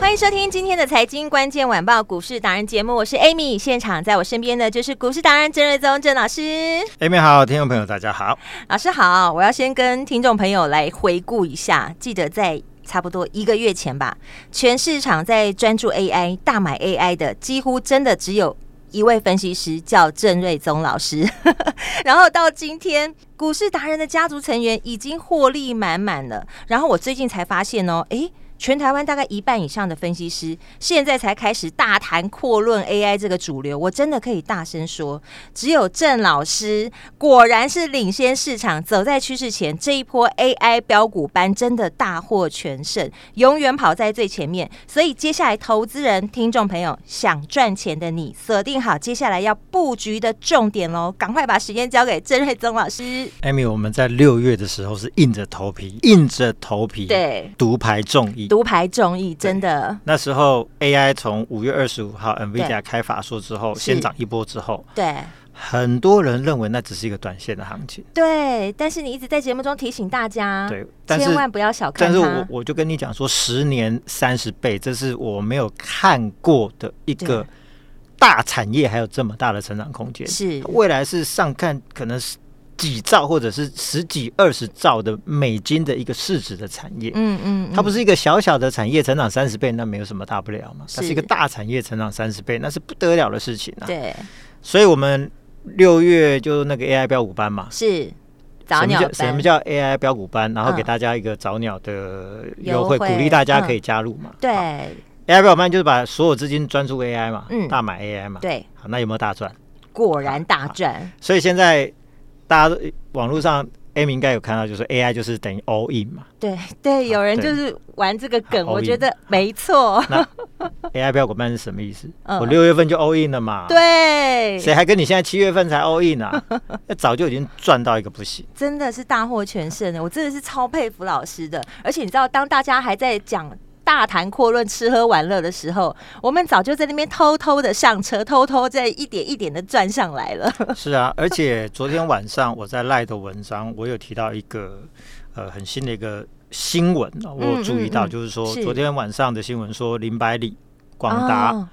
欢迎收听今天的财经关键晚报股市达人节目，我是 Amy，现场在我身边的就是股市达人郑瑞宗郑老师。 Amy 好，听众朋友大家好。老师好，我要先跟听众朋友来回顾一下，记得在差不多一个月前吧，全市场在专注 AI、大买 AI 的，几乎真的只有一位分析师叫郑瑞宗老师。 然后到今天，股市达人的家族成员已经获利满满了。然后我最近才发现哦，诶。全台湾大概一半以上的分析师，现在才开始大谈阔论 AI 这个主流。我真的可以大声说，只有郑老师果然是领先市场，走在趋势前。这一波 AI 标股班真的大获全胜，永远跑在最前面。所以接下来，投资人、听众朋友想赚钱的你，锁定好接下来要布局的重点喽！赶快把时间交给郑瑞宗老师。 Amy，我们在六月的时候是硬着头皮，硬着头皮，，对，独排众议。独排众议，真的那时候 AI 从五月二十五号 NVIDIA 对开法说之后，是先涨一波之后，对。很多人认为那只是一个短线的行情。对，但是你一直在节目中提醒大家，对，但是啊千万不要小看但它。是我我就跟你讲说，十年三十倍，这是我没有看过的一个对大产业，还有这么大的成长空间。是未来是上看可能是几兆或者是十几二十兆的美金的一个市值的产业。嗯嗯，嗯它不是一个小小的产业成长三十倍，那没有什么大不了嘛。它是是一个大产业成长三十倍，那是不得了的事情啊。对，所以我们六月就那个 AI 标股班嘛，是早什么鸟叫班，什么叫 AI 标股班？然后嗯给大家一个早鸟的优优惠，惠鼓励大家嗯可以加入嘛。好对，AI 标股班就是把所有资金专注 AI 嘛，嗯大买 AI 嘛。，对，好，那有没有大赚？果然大赚，所以现在大家都网络上 M 应该有看到，就是 AI 就是等于 all in 嘛对对，有人对就是玩这个梗，好我，all 觉 in 得没错， ，AI 标股班是什么意思？嗯我六月份就 all in 了嘛。。对，谁还跟你现在七月份才 all in 啊？那早就已经赚到一个不行。真的是大获全胜的，我真的是超佩服老师的。而且你知道，当大家还在讲。大谈阔论吃喝玩乐的时候，我们早就在那边偷偷的上车，偷偷在一点一点的赚上来了。是啊，而且昨天晚上我在赖的文章，我有提到一个呃很新的一个新闻，哦我有注意到，嗯嗯就是说是昨天晚上的新闻说林百里广达、哦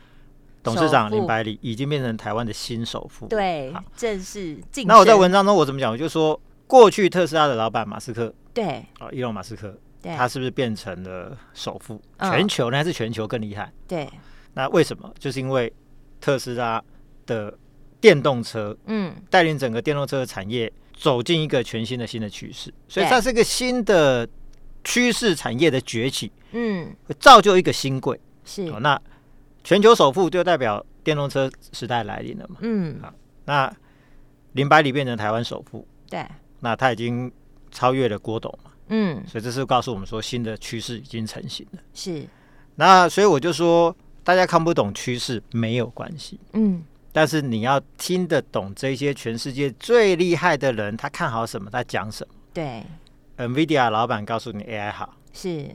董事首长富林百里已经变成台湾的新首富。对好，正是竞争。那我在文章中我怎么讲？我就说过去特斯拉的老板马斯克对啊，伊隆马斯克，对他是不是变成了首富？嗯全球呢还是全球更厉害？对，那为什么？就是因为特斯拉的电动车嗯，带领整个电动车的产业走进一个全新的新的趋势，所以对它是一个新的趋势产业的崛起，嗯，会造就一个新贵。是好，，那全球首富就代表电动车时代来临了嘛？嗯，那林百里变成台湾首富，对，那他已经超越了郭董嘛，嗯，所以这是告诉我们说新的趋势已经成型了。是，那所以我就说，大家看不懂趋势没有关系，嗯，但是你要听得懂这些全世界最厉害的人，他看好什么，他讲什么。对， NVIDIA 老板告诉你 AI 好是，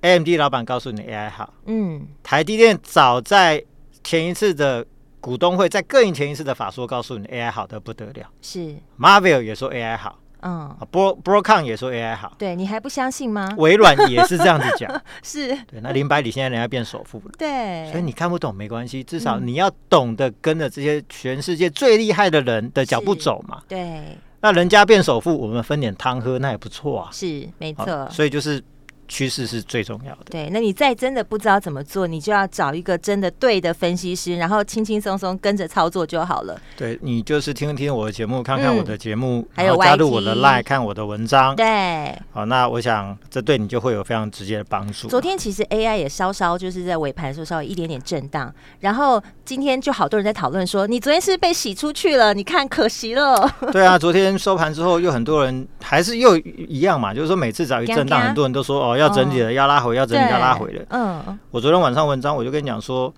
，AMD 老板告诉你 AI 好，嗯，台积电早在前一次的股东会，在更前一次的法说告诉你 AI 好的不得了是， ，Marvel 也说 AI 好嗯，啊，Bro Broadcom 也说 AI 好，对你还不相信吗？微软也是这样子讲。是，对，那林百里现在人家变首富了。对，嗯所以你看不懂没关系，至少你要懂得跟着这些全世界最厉害的人的脚步是走嘛。对，那人家变首富，我们分点汤喝，那也不错啊。是没好错，所以就是趋势是最重要的。对，那你再真的不知道怎么做，你就要找一个真的对的分析师，然后轻轻松松跟着操作就好了。对你就是听听我的节目，看看我的节目，嗯还然后有加入我 YT 的 line 看我的文章。对，好，那我想这对你就会有非常直接的帮助。昨天其实 AI 也稍稍就是在尾盘的时候稍微一点点震荡，然后今天就好多人在讨论说，你昨天是被洗出去了，你看可惜了。对啊，昨天收盘之后，又很多人还是又一样嘛，就是说每次只要一震嘎荡，嘎很多人都说哦要整理了，要拉回，要整理，要拉回了。嗯，我昨天晚上文章我就跟你讲说，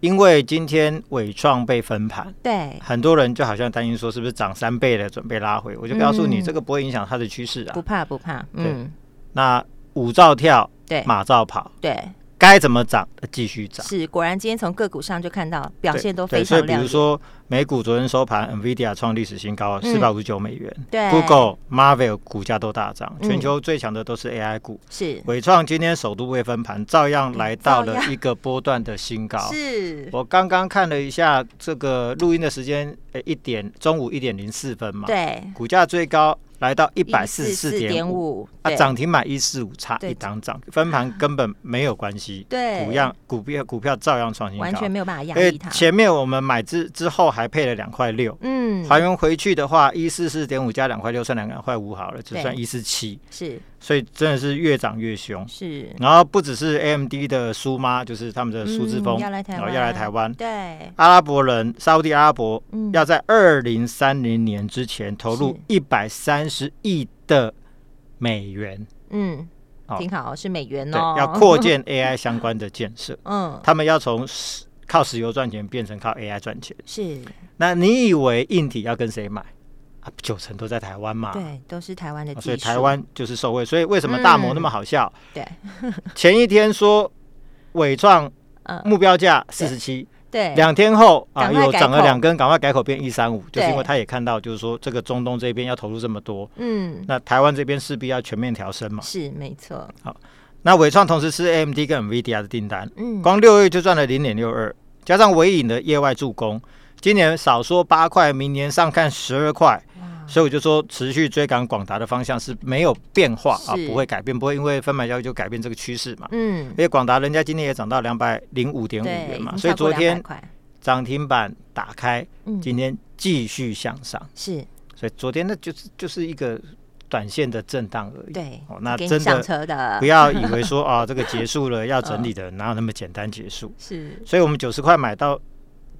因为今天伟创被分盘，对，很多人就好像担心说是不是涨三倍了，准备拉回。我就告诉你，嗯这个不会影响它的趋势啊不。怕不怕，对嗯，那五照跳，对马照跑，对，该怎么涨呃继续涨。是果然今天从个股上就看到表对现都对非常所以比亮如眼，嗯说美股昨天收盘，NVIDIA 创历史新高四百五十九美元、对 g o o g l e Marvel 股价都大涨，嗯全球最强的都是 AI 股。是伟创今天首度未分盘，照样来到照了样一个波段的新高。是，我刚刚看了一下这个录音的时间，呃，一点中午一点零四分嘛，对，股价最高来到一百四十四点五，五，啊，对涨停板一四五差对一档涨，分盘根本没有关系，对股样股票股票照样创新高，完全没有办法压因为抑它，前面我们买之之后还配了两块六，嗯，还原回去的话，一四四点五加两块六算两块五好了，只对算一四七，是所以真的是越涨越凶。是，然后不只是 AMD 的苏妈，就是他们的苏之嗯峰、要来台哦湾，要来台湾，对，阿拉伯人、沙烏地阿拉伯、嗯要在二零三零年之前投入一百三十亿的美元，嗯，好挺好，是美元对，哦，要扩建 AI 相关的建设， 嗯，他们要从石靠石油赚钱变成靠 AI 赚钱。是那你以为硬体要跟谁买啊？九成都在台湾嘛。对，都是台湾的啊技术，嗯所以台湾就是受惠，所以为什么大摩那么好笑？对，前一天说伟创嗯，目标价四十七，对，两天后哎啊赶快又改涨了口两根，赶快改口变一三五，就是因对为他也看到，就是说这个中东这边要投入这么多，嗯，那台湾这边势必要全面调升嘛。是没错，那伟创同时是 AMD 跟 NVIDIA 的订单，嗯，光六月就赚了零点六二，加上微影的业外助攻，今年少说八块，明年上看十二块，哇所以我就说持续追赶广达的方向是没有变化啊是，不会改变，不会因为分盘交易就改变这个趋势嘛。嗯因，为广达人家今天也涨到两百零五点五元嘛，已经所以超过昨200天块涨停板打开，嗯今天继续向上，是所以昨天那就是就是一个短线的震荡而已。对，哦，那给你真上的车的不要以为说啊，这个结 束了要整理的，嗯哪有那么简单结束？是，所以我们九十块买到，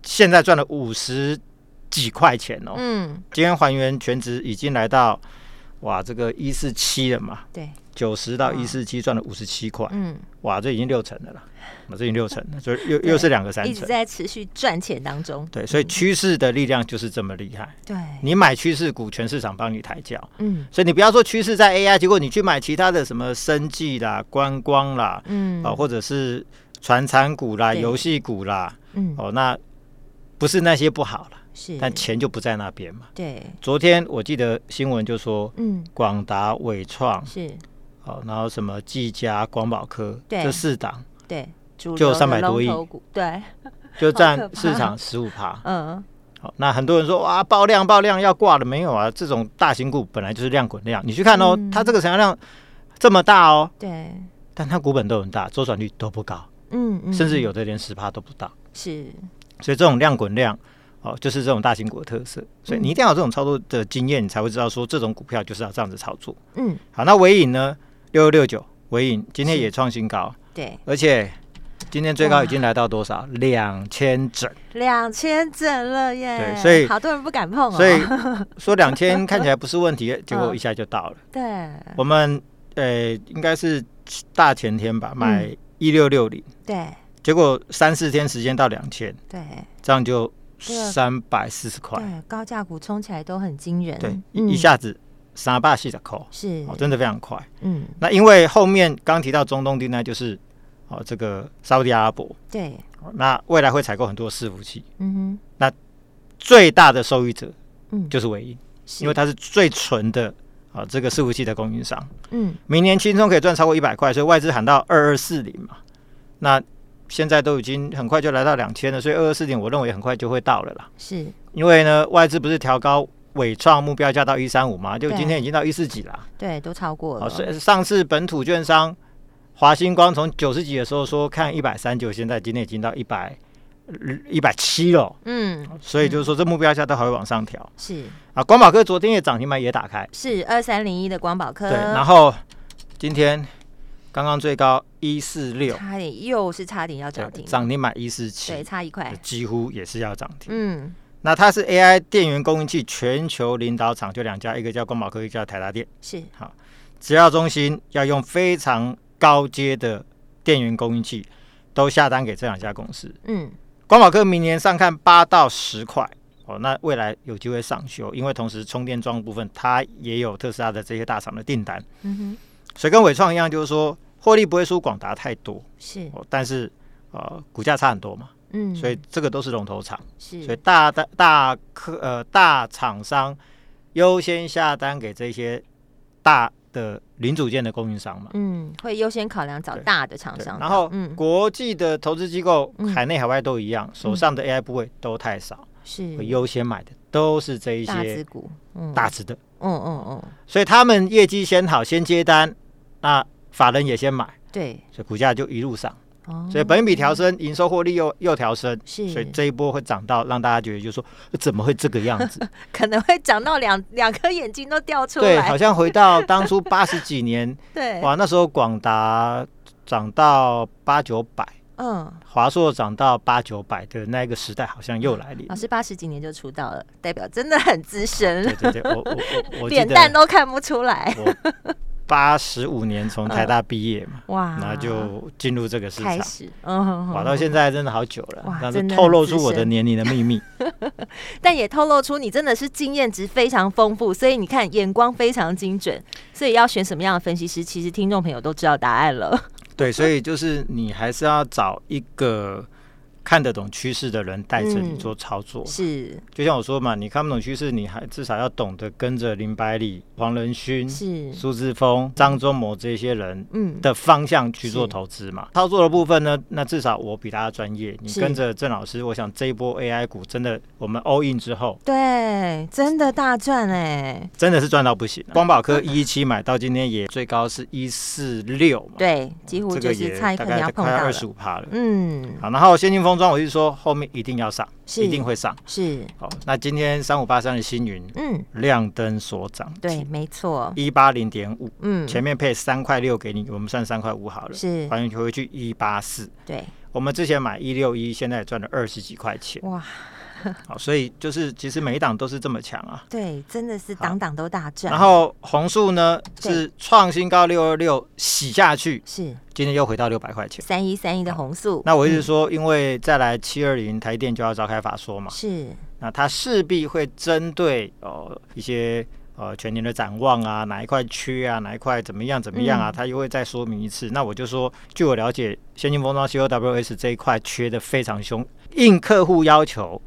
现在赚了五十几块钱哦。嗯，今天还原全值已经来到哇这个一四七了嘛，对，九十到哇一四七赚了五十七块，嗯，哇，这已经六成的 了啦，我这已经六成了，所以又对又是两个三一直成。在持续赚钱当中，对，所以趋势的力量就是这么厉害。对，你买趋势股，全市场帮你抬轿。嗯所以你不要说趋势在 AI，结果你去买其他的什么生技啦、观光啦，嗯，啊、或者是传产股啦、对游戏股啦，嗯哦，那不是那些不好啦，是，但钱就不在那边嘛。对，昨天我记得新闻就说，嗯广达、伟创，是，哦，然后什么技嘉、光宝科，对这四档对，主就流的300多龙亿头股，对，就好占可怕市场十五趴。嗯好，那很多人说哇，爆量爆量要挂了没有啊？这种大型股本来就是量滚量，你去看哦，嗯它这个成交量这么大哦，对，但它股本都很大，周转率都不高，嗯嗯，甚至有的连十趴都不到。是，所以这种量滚量，哦，就是这种大型股的特色。嗯所以你一定要有这种操作的经验，你才会知道说这种股票就是要这样子操作。嗯好，那尾影呢？六六九，尾影今天是也创新高，对，而且今天最哇高已经来到多少？两千整。两千整了耶，对所以好多人不敢碰哦，所以说两千看起来不是 问题，结果一下就到嗯了。对我们呃，应该是大前天吧，嗯买一六六零，对结果三四天时间到两千，对这样就对啊三百四十块，对，高价股冲起来都很惊人，对，嗯一一下子三百四十块，是哦，，真的非常快。嗯那因为后面刚提到中东订单就是哦，这个沙特阿拉伯，对，哦那未来会采购很多伺服器，嗯最大的受益者哼，嗯，就是唯一，是因为它是最纯的啊、哦这个伺服器的供应商。嗯明年轻松可以赚超过一百块，所以外资喊到二二四零嘛。那现在都已经很快就来到两千了，所以二二四零我认为很快就会到了啦。是因为呢，外资不是调高伟创目标价到一三五嘛，就对今天已经到一四几啦。对，都超过好、了，所以上次本土券商华星光从九十几的时候说看一百三九，现在今天已经到一百一百七了，嗯，所以就是说这目标价都还会往上调是啊。光宝科昨天也涨停板也打开，是二三零一的光宝科，对，然后今天刚刚最高一四六，差点又是差点要涨停，涨停板一四七对，，差一块，几乎也是要涨停。嗯，那它是 AI 电源供应器全球领导厂，就两家，一个叫光宝科，一个叫台达电。是只要中心要用非常高阶的电源供应器，都下单给这两家公司。嗯光宝科明年上看八到十块哦，那未来有机会上修，因为同时充电桩部分它也有特斯拉的这些大厂的订单，嗯哼，所以跟伟创一样，就是说获利不会输广达太多是哦，但是呃股价差很多嘛，嗯，所以这个都是龙头厂。是所以大大大客呃大厂商优先下单给这些大的零组件的供应商嘛。嗯会优先考量找对大的厂对商，然后嗯国际的投资机构嗯，海内海外都一样，手上的 AI 部位都太少，是会优先买的都是这一大资些股，嗯大，值的，嗯嗯嗯，所以他们业绩先好，先接单，那法人也先买，对，所以股价就一路上，哦所以本益比调升，营收获利又又调升，是所以这一波会涨到让大家觉得就是说呃怎么会这个样 子？可能会涨到两两颗眼睛都掉出对，好来，像回到当初八十 几年，对，哇，那时候广达涨到八九百，嗯，华硕涨到八九百的那个时代，好像又来临老。师八十几年就出道了，代表真的很资深对，对对，我我我我记脸蛋得都看不出来，我八十五年从台大毕业嘛，哇，然后就进入这个市嗯啊开场。始，嗯，哇，到现在真的好久了哇，但是真的透露很资出我的深年龄的 秘密。但也透露出你真的是经验值非常丰富，所以你看眼光非常精准，所以要选什么样的分析师，其实听众朋友都知道答案了。对，所以就是你还是要找一个看得懂趋势的人带着你嗯做操作。是就像我说嘛，你看不懂趋势，你还至少要懂得跟着林百里、黄仁勋、是，苏志峰、张忠谋这些人嗯，的方向去做是投资嘛。操作的部分呢，那至少我比大家专业。你是跟着郑老师，我想这一波 AI 股真的，我们 all in 之后，对，真的大赚哎、真的是赚到不行、啊光宝科一七买到今天也最高是一四六嘛，对，几乎这就个是也差一大可能概要碰快到二了十。五趴了。嗯，好，然后先进封装，我是说后面一定要上，是一定会上。是，好，那今天三五八三的星云嗯，亮灯所涨，对，，没错，一八零点五，嗯，前面配三块六给你，我们算三块五好了，是还原回去一八四。对，我们之前买一六一，现在也赚了二十几块钱，哇，好，所以就是其实每一档都是这么强啊。对，真的是好档档都大赚。然后红树呢对是创新高六二六洗下去，是今天又回到六百块钱。三一三一的红素，那我一直说，因为再来七二零台电就要召开法说嘛，是那它势必会针对呃一些呃全年的展望啊，哪一块缺啊，哪一块怎么样怎么样啊，嗯它又会再说明一次。那我就说，据我了解，先进封装 COWS 这一块缺的非常凶，应客户要求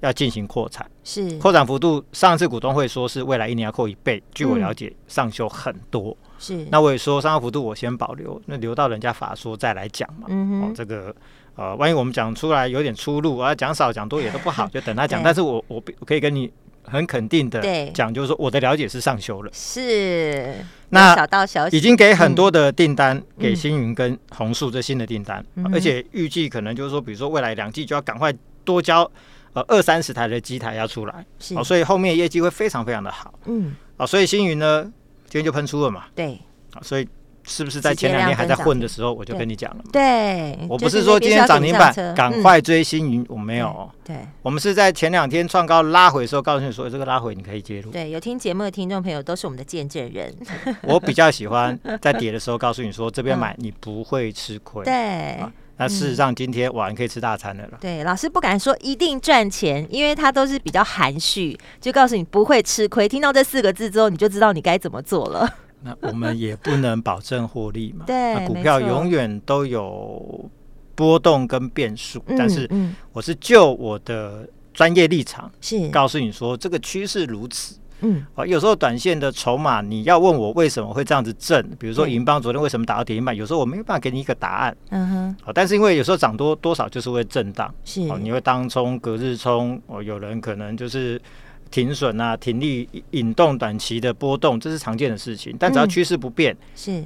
要进行扩产，是扩展幅度上次股东会说是未来一年要扩一倍，据我嗯了解，上修很多。是，那我也说上修幅度我先保留，那留到人家法说再来讲嘛。嗯哦，哼，这个呃，万一我们讲出来有点出入啊，讲少讲多也都 不好，就等他讲。对但是我我我可以跟你很肯定的对讲，就是说我的了解是上修了，是那小道消息已经给很多的订单、给嗯星云跟红树这新的订单，嗯哼而且预计可能就是说，比如说未来两季就要赶快多交呃二三十台的机台要出来，是哦，所以后面业绩会非常非常的好嗯，啊、哦所以星云呢今天就喷出了嘛，对啊、所以是不是在直接前两天亮还灯在涨混停的时候我就对跟你讲了嘛？对，我嗯就不是是那说边今天要涨给你停上板车赶嗯快追星云，我没有哦，对我们是在前两天创高拉回的时候告诉你说这个拉回你可以介入。对，有听节目的听众朋友都是我们的见证人，我比较喜欢在跌的时候告诉你说这边买你不会吃亏。嗯对嗯那事实上今天哇，你可以吃大 餐的了啦。对，老师不敢说一定赚钱，因为他都是比较含蓄，就告诉你不会吃亏。听到这四个字之后，你就知道你该怎么做了。。那我们也不能保证获利嘛对那股没票错永远都有波动跟变数， 但是嗯我是就我的专业立场是告诉你说这个趋势如此。嗯啊，有时候短线的筹码，你要问我为什么会这样子震，比如说对银邦昨天为什么打到跌停板，有时候我没有办法给你一个答案。嗯哼好，但是因为有时候涨多多少就是会震荡，是哦，你会当冲、隔日冲，哦，有人可能就是停损啊、停利、引动短期的波动，这是常见的事情。但只要嗯趋势不变，是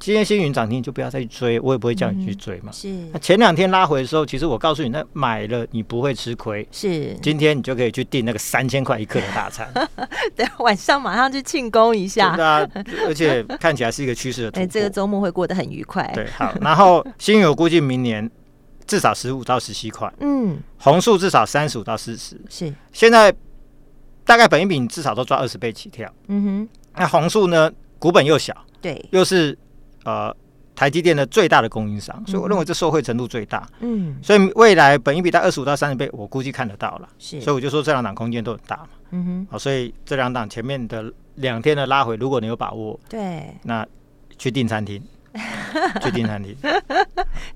今天星云涨停你就不要再去追，我也不会叫你去追嘛。是那前两天拉回的时候，其实我告诉你，那买了你不会吃亏。是，今天你就可以去订那个三千块一克的大餐， 对，晚上马上去庆功一真下。的啊、而且看起来是一个趋势的突哎，破。这个周末会过得很愉快。对，好。然后星宇我估计明年至少十五到十七块，嗯，红树至少三十五到四十。是，现在大概本一比至少都抓二十倍起跳。嗯那红树呢，股本又小，哼，对，又是呃台积电的最大的供应商，所以我嗯认为这受惠程度最大。嗯，所以未来本一比在二十五到三十倍，我估计看得到了。是，所以我就说这两档空间都很大嘛。嗯哼，好，所以这两档前面的两天的拉回，如果你有把握，对，那去订餐厅， 去订餐厅。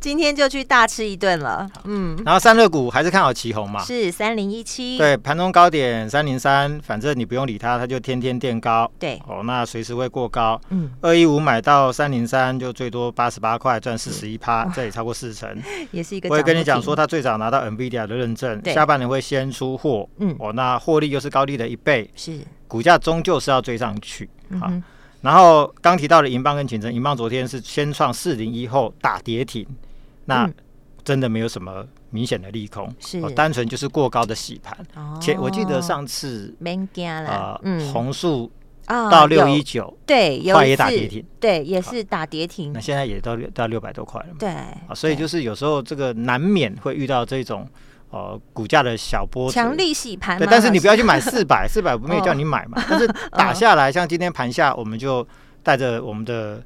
今天就去大吃一顿了。嗯，然后散热股还是看好旗红嘛。是三零一七，啊对，盘中高点三零三，反正你不用理它，它就天天垫高。对，哦，那随时会过高。嗯，二一五买到三零三，就最多八十八块，赚四十一趴，这也超过四 成。也是一个。我也跟你讲说，，它最早拿到 NVIDIA 的认证，对下半年会先出货。嗯哦，那获利又是高利的一倍，是，股价终究是要追上去。嗯好，哼，然后刚提到的银邦跟秦城，银邦昨天是先创四零一后打跌停，那嗯真的没有什么明显的利空，是哦单纯就是过高的洗盘。哦前我记得上次没惊啊了，，嗯，红树啊到六一有九，对，有快一也打次跌停，对，也是打跌停那，现在也到六到六百多块了嘛。对啊，，所以对就是有时候这个难免会遇到这种呃股价的小波折强力洗盘嘛，对，但是你老不要去买四百，四百我没有哦叫你买 嘛。但是嗯打下来，像今天盘下，我们就带着我们的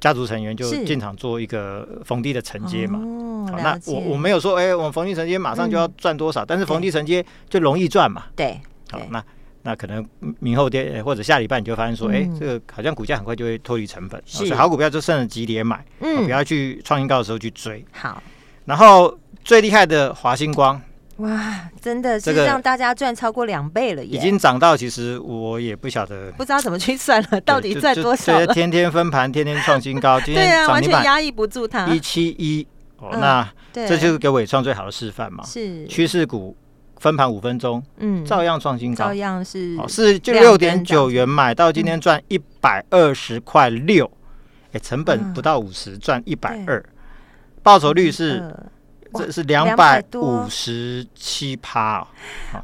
家族成员就是进场做一个逢低的承师接嘛。哦好，了那解嗯我我没有说，哎、我们逢低承接马上就要赚多少，但是逢低承接就容易赚嘛。对好对，那那可能明后天呃或者下礼拜你就发现说，哎、嗯这个好像股价很快就会脱离成本，啊是所以好股票就趁着急跌买，嗯不要去创新高的时候去追。好。然后最厉害的华星光哇，真的是这个让大家赚超过两倍了耶！已经涨到，其实我也不晓得不知道怎么去算了，到底赚多少对就就就了？天天分盘，天天创 新高，今对天啊，涨完停全板压抑不住它。一七一，哦，嗯那对，这就是给伟创最好的示范嘛。是趋势股分盘五分钟，嗯，照样创新高照，样是哦，是就亮六灯点涨嗯九元买到今天赚一百二十块六，哎，成本嗯不到五十，赚一百二，报酬率是呃哇这是200两百多五十七趴哦，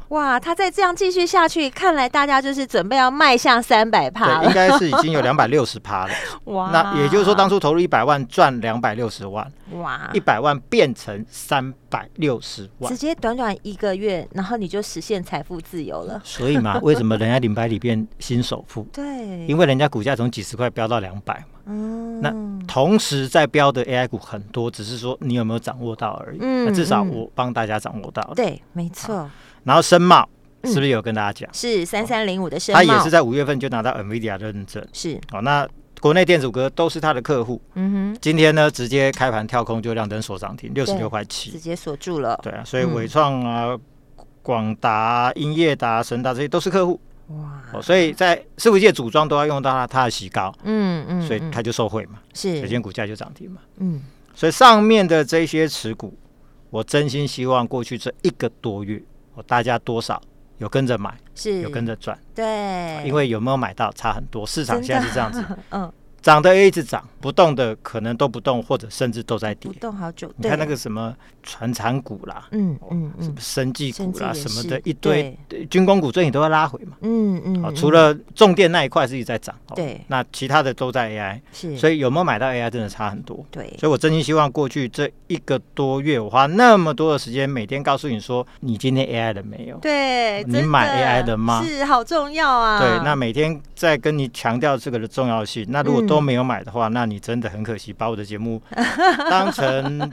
哇，它再这样继续下去，看来大家就是准备要迈向三百趴对，应了。该是已经有两百六十趴了。 哇，那也就是说，当初投入一百万赚两百六十万，哇一，百万变成三百六十万直。接短短一个月，然后你就实现财富自由了。所以嘛，为什么人家领百里变新首富？ 对，因为人家股价从几十块飙到两百嘛。嗯，那同时在飙的 AI 股很多，只是说你有没有掌握到而已。嗯那至少嗯我啊帮大家掌握到了。对，没错，然后深茂嗯是不是有跟大家讲？是三三零五的申他也茂是在五月份就拿到 NVIDIA 的认证。是，哦，那国内电子股都是他的客户。嗯哼，今天呢，直接开盘跳空就亮灯锁涨停，六十六块七直。接锁住了。对啊，所以嗯伟创啊、广达、英业达、神达这些都是客户，哇，哦，所以在伺服器的组装都要用到它它的洗高，嗯嗯，所以嗯它就受惠嘛，所以今是天股价就涨停嘛。嗯所以上面的这些持股，我真心希望过去这一个多月，哦，大家多少有跟着买，是有跟着赚，对，因为有没有买到差很多。市场真的现在是这样子， 嗯涨的一直涨，不动的可能都不动，或者甚至都在跌不。动好久，你看对那个哦什么传产股啦，嗯嗯嗯生技股啦生技也什是么的一堆，对军工股最近都会拉回嘛。嗯嗯，啊，嗯除了重电那一块是一直在涨，哦对那其他的都在 AI，是，所以以有没有买到 AI 真的差很多。对所以我真心希望过去这一个多月，我花那么多的时间，每天告诉你说你今天 AI 了没有？对，你真买 AI 的吗是好重要啊。对，那每天在跟你强调这个的重要性。那如果嗯都没有买的话，那你真的很可惜，把我的 节目当成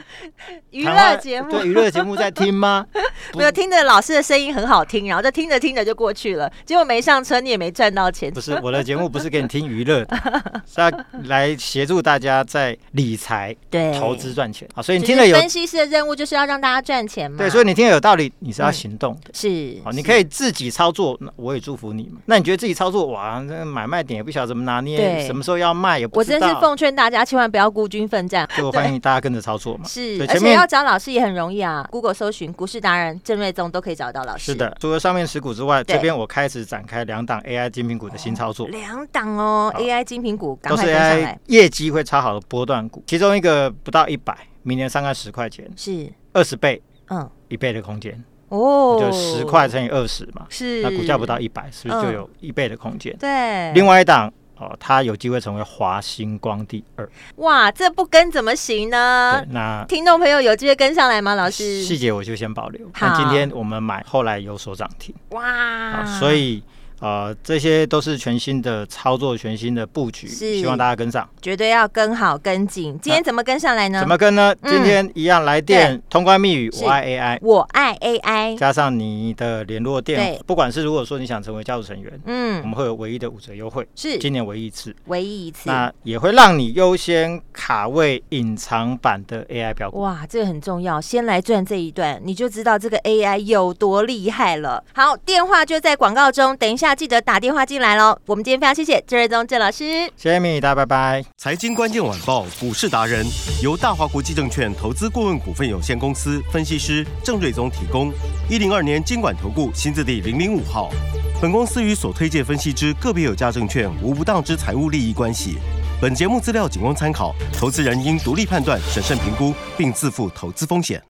娱台湾乐节目对娱乐节目在听吗？不 没有听着老师的声音很好听，然后就听着听着就过去了，结果没上车，你也没赚到钱不。是我的节目不是给你听娱 乐的，是要来协助大家在理财、对，投资赚钱啊。所以就你是听了有分析师的任务就是要让大家赚钱嘛。对，所以以你听了有道理，你是要嗯行动的。是好，是你可以自己操作，那我也祝福你嘛。那你觉得自己操作哇，那买卖点也不晓得怎么拿对捏，什么时候要卖也不我知真道。是奉劝大家千万不要孤军奋战。就欢迎大家跟着操作嘛。是而对，前且面要找老师也很容易啊，Google 搜寻股市达人郑瑞宗都可以找到老师。是，的，除了上面持股之外，对这边我开始展开两档 AI 精品股的新操作，两档哦好，AI 精品股赶都快是跟上来 AI。业绩会超好的波段股，其中一个不到一百，明年上看十块钱，是，二十倍嗯，一倍的空间，哦，就十块乘以二十嘛，是，那股价不到一百，是不是就嗯有一倍的空间？对，另外一档哦，它有机会成为华星光第二，哇，这不跟怎么行呢对，？那听众朋友有机会跟上来吗？老细师，节我就先保留。好那今天我们买，后来有所涨停。哇啊，，所以呃，这些都是全新的操作，全新的布局，是希望大家跟上。绝对要跟好跟紧。今天怎么跟上来呢？怎么跟呢？嗯今天一样来电通关密语，是我爱 AI，我爱 AI，加上你的联络电对，不管是如果说你想成为家族成员，我嗯，们会有唯一的五折优惠，是今年唯一一次，唯一一次。那也会让你优先卡位隐藏版的 AI 标股。哇，这个很重要，先来赚这一段，你就知道这个 AI 有多厉害了。好，电话就在广告中，等一下记得打电话进来喽。我们今天非常谢谢郑瑞宗郑老师。谢谢米，大家拜拜。财经关键晚报股市达人由大华国际证券投资顾问股份有限公司分析师郑瑞宗提供。一零二年经管投顾新字第零零五号。本公司与所推介分析之个别有价证券无不当之财务利益关系。本节目资料仅供参考，投资人应独立判断、审慎评估，并自负投资风险。